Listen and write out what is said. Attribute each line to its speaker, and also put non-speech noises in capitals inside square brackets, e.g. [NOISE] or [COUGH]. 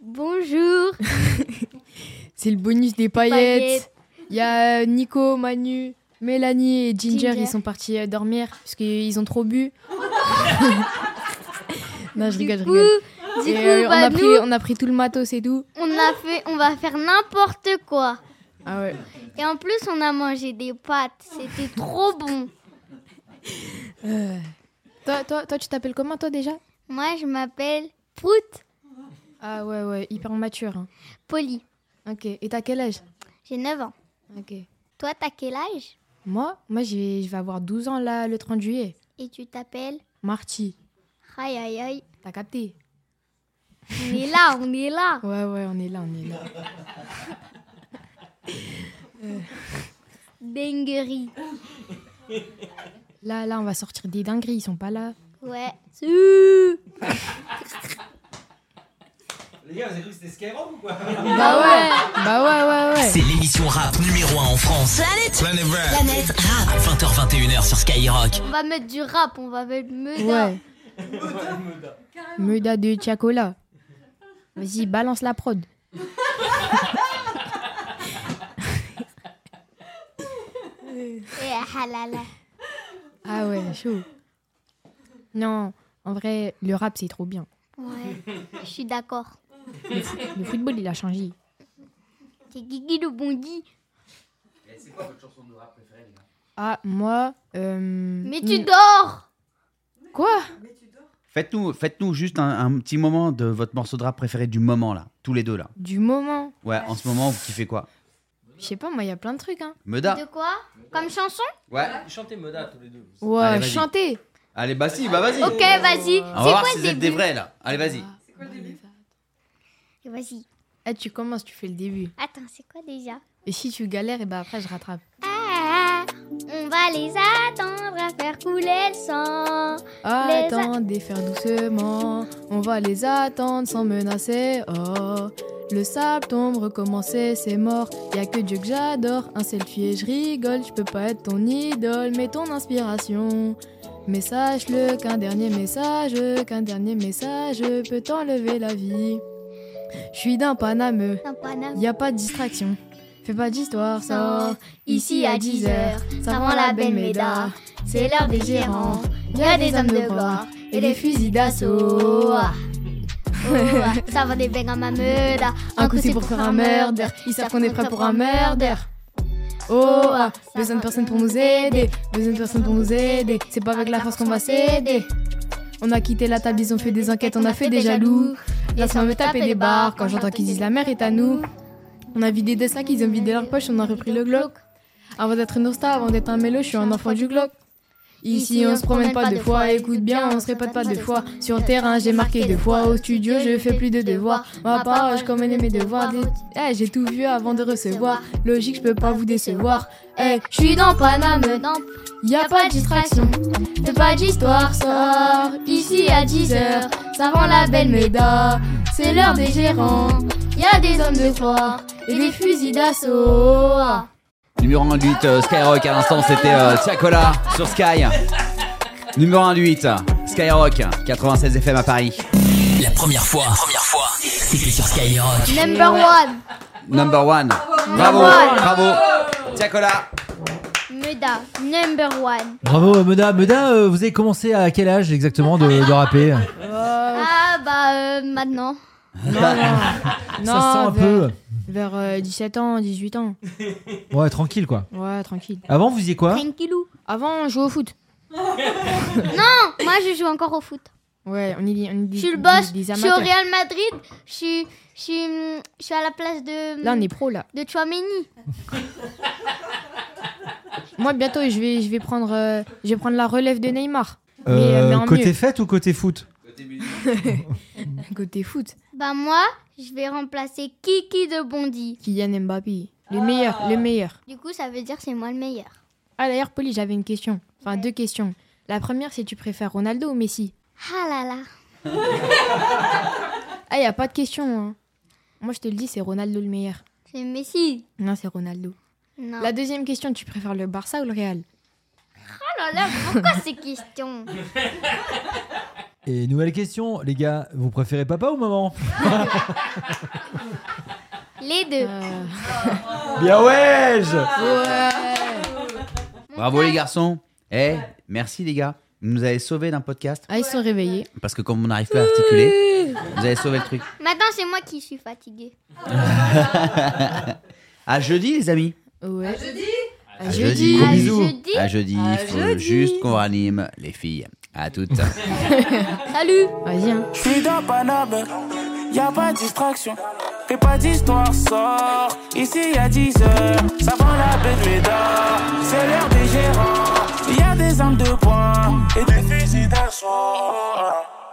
Speaker 1: Bonjour.
Speaker 2: C'est le bonus des paillettes. Il y a euh, Nico, Manu, Mélanie et Ginger,
Speaker 1: Ginger.
Speaker 2: ils sont partis euh, dormir parce qu'ils ont trop [LAUGHS] bu. non, je rigole, je
Speaker 1: du coup,
Speaker 2: rigole.
Speaker 1: du
Speaker 2: Et,
Speaker 1: coup,
Speaker 2: euh, on,
Speaker 1: bah,
Speaker 2: a
Speaker 1: nous,
Speaker 2: pris, on a pris tout le matos et tout.
Speaker 1: on a fait, on va faire n'importe quoi.
Speaker 2: Ah ouais.
Speaker 1: Et en plus, on a mangé des pâtes. C'était trop bon.
Speaker 2: Toi, toi, toi tu t'appelles comment toi déjà
Speaker 1: Moi, je m'appelle Prout
Speaker 2: Ah ouais, ouais, hyper mature. hein.
Speaker 1: Poli.
Speaker 2: Ok, et t'as quel âge
Speaker 1: J'ai 9 ans.
Speaker 2: Ok.
Speaker 1: Toi, t'as quel âge
Speaker 2: Moi, moi j'ai- je vais avoir 12 ans là, le 30 juillet.
Speaker 1: Et tu t'appelles
Speaker 2: Marty,
Speaker 1: Aïe, aïe, aïe.
Speaker 2: t'as capté
Speaker 1: On est là, on est là.
Speaker 2: Ouais, ouais, on est là, on est là.
Speaker 1: Benguerie.
Speaker 2: Là, là, on va sortir des dingueries, ils sont pas là.
Speaker 1: Ouais.
Speaker 3: Les gars, vous avez cru que c'était Skyrock ou quoi
Speaker 2: Bah ouais, bah ouais, ouais, ouais.
Speaker 4: C'est l'émission rap numéro 1 en France. Planète Planète Rap. Planète Rap. 20h21h sur Skyrock.
Speaker 1: On va mettre du rap, on va mettre Meda.
Speaker 2: Ouais. Meuda de Tchakola. Vas-y, balance la prod.
Speaker 1: Et ah là là.
Speaker 2: Ah ouais, chaud. Non, en vrai, le rap, c'est trop bien.
Speaker 1: Ouais, je suis d'accord.
Speaker 2: Le football, il a changé.
Speaker 1: C'est Guigui le Bondi.
Speaker 3: C'est quoi votre chanson de rap préférée, les gars
Speaker 2: Ah, moi... euh,
Speaker 1: Mais
Speaker 2: hmm,
Speaker 1: tu dors
Speaker 2: Quoi
Speaker 5: Faites-nous faites-nous juste un, un petit moment de votre morceau de rap préféré du moment, là. Tous les deux, là.
Speaker 2: Du moment.
Speaker 5: Ouais, en ce moment, vous kiffez quoi
Speaker 2: Je sais pas, moi, il y a plein de trucs, hein.
Speaker 5: Meda
Speaker 1: De quoi Comme chanson
Speaker 5: Ouais.
Speaker 3: Chantez Moda tous les deux.
Speaker 2: Ouais,
Speaker 5: Allez, vas-y.
Speaker 2: chanter.
Speaker 5: Allez, bah si, bah vas-y.
Speaker 1: Ok, vas-y.
Speaker 5: On va voir
Speaker 1: quoi
Speaker 5: si
Speaker 1: le
Speaker 5: vous
Speaker 1: début
Speaker 5: êtes des vrais, là. Allez, vas-y.
Speaker 2: C'est quoi le début
Speaker 1: Vas-y.
Speaker 2: Eh, tu commences, tu fais le début.
Speaker 1: Attends, c'est quoi déjà
Speaker 2: Et si tu galères, et ben après, je rattrape.
Speaker 1: Ah, on va les attendre à faire couler le sang. Les a-
Speaker 2: Attendez, faire doucement. On va les attendre sans menacer. Oh, le sable tombe, recommencer, c'est mort. Y a que Dieu que j'adore. Un selfie et je rigole. Je peux pas être ton idole, mais ton inspiration. Mais sache-le qu'un dernier message, qu'un dernier message peut t'enlever la vie. Je suis d'un Panameux,
Speaker 1: Dans Paname.
Speaker 2: y a pas de distraction. Fais pas d'histoire, sors. Ici à 10h,
Speaker 1: ça
Speaker 2: ça
Speaker 1: vend
Speaker 2: la belle méda. C'est l'heure des gérants.
Speaker 1: Il y a des hommes de bord et des fusils d'assaut. Ah. Oh, ça va des becs à ma meute.
Speaker 2: Un coup c'est pour faire un murder, ils savent qu'on est prêt pour un murder. Oh, ah, besoin de personne pour nous aider, besoin de personne pour nous aider. C'est pas avec la force qu'on va céder. On a quitté la table, ils ont fait des enquêtes, on a fait des jaloux. Laisse-moi me taper des barres quand j'entends qu'ils disent la mer est à nous. On a vidé des sacs, ils ont vidé leur poche, on a repris le Glock. Avant d'être une star, avant d'être un mélo, je suis un enfant du Glock. Ici, on se promène pas deux fois, écoute bien, on se répète pas deux fois. Sur le terrain, j'ai marqué deux fois, au studio, je fais plus de devoirs. Ma part, je commène mes devoirs. Des- Eh, j'ai tout vu avant de recevoir. Logique, je peux pas vous décevoir. Eh, je suis dans Paname,
Speaker 1: Dans
Speaker 2: y a pas de distraction, y a pas d'histoire, sort. Ici à 10h, ça vend la belle méda. C'est l'heure des gérants,
Speaker 3: [LAUGHS]
Speaker 2: y a des hommes de foi et des fusils d'assaut.
Speaker 5: Numéro 1 du 8, euh, Skyrock à l'instant, c'était euh, Tiakola sur Sky. Numéro 1 du 8, euh, Skyrock, 96 FM à Paris.
Speaker 4: La première fois. La première fois. C'était sur Skyrock.
Speaker 1: Number one,
Speaker 5: Number 1. Bravo,
Speaker 1: one.
Speaker 5: bravo. Tiakola.
Speaker 1: Meda, number one.
Speaker 3: Bravo, euh, Meda. Meda, euh, vous avez commencé à quel âge exactement de, de rapper
Speaker 1: Ah bah euh, maintenant.
Speaker 2: Non, non,
Speaker 3: Ça sent un
Speaker 2: vers,
Speaker 3: peu.
Speaker 2: vers, euh, 17 ans, 18 ans.
Speaker 3: Ouais, tranquille quoi. Ah.
Speaker 2: Ouais, tranquille.
Speaker 3: Avant, vous faisiez quoi
Speaker 1: Tranquillou.
Speaker 2: Avant, on jouait au foot.
Speaker 1: Moi je joue encore au foot.
Speaker 2: Ouais, on est, des- on est des-
Speaker 1: Je suis le
Speaker 2: des-
Speaker 1: boss,
Speaker 2: des
Speaker 1: je suis au
Speaker 2: amateurs.
Speaker 1: Real Madrid, je suis, je suis, hum, je suis à la place de,
Speaker 2: Là, on est pro, là.
Speaker 1: de Chouameni.
Speaker 2: Moi, bientôt, je vais, je vais, prendre, euh, je vais prendre la relève de Neymar. Mais,
Speaker 3: Euh,
Speaker 2: mais en
Speaker 3: Côté
Speaker 2: mieux.
Speaker 3: fête ou côté foot
Speaker 2: Côté foot,
Speaker 1: Bah moi, je vais remplacer Kiki de Bondy.
Speaker 2: Kylian Mbappé. Le meilleur, le meilleur.
Speaker 1: Du coup, ça veut dire c'est moi le meilleur.
Speaker 2: Ah d'ailleurs, Polly, j'avais une question. Enfin, deux questions. La première, c'est tu préfères Ronaldo ou Messi
Speaker 1: Ah là là.
Speaker 2: Ah, y a pas de question. hein. Moi, je te le dis, c'est Ronaldo le meilleur.
Speaker 1: C'est Messi.
Speaker 2: Non, c'est Ronaldo.
Speaker 1: Non.
Speaker 2: La deuxième question, tu préfères le Barça ou le Real
Speaker 1: Oh là là, pourquoi ces questions
Speaker 3: Et nouvelle question, les gars, vous préférez papa ou maman
Speaker 1: Les deux.
Speaker 2: Euh,
Speaker 3: Bien ouais
Speaker 2: Ah,
Speaker 5: Bravo les garçons. Eh, merci les gars. Vous nous avez sauvés d'un podcast.
Speaker 2: Ah, ils sont réveillés.
Speaker 5: Parce que comme on n'arrive pas à articuler, vous avez sauvé le truc.
Speaker 1: Maintenant, c'est moi qui suis fatiguée.
Speaker 5: À jeudi les amis.
Speaker 2: Ouais. À jeudi.
Speaker 5: jeudi. Gros
Speaker 1: À
Speaker 5: bisous.
Speaker 1: jeudi.
Speaker 5: À jeudi. Il faut juste qu'on ranime les filles. À [LAUGHS] toutes.
Speaker 1: Salut.
Speaker 2: Vas-y, hein.
Speaker 6: Je suis dans Paname, y a pas de distraction. Fais pas d'histoire, sors. Ici y a 10 heures, ça vend la bête médard. C'est l'heure des gérants, y a des armes de poing et des fusils d'assaut.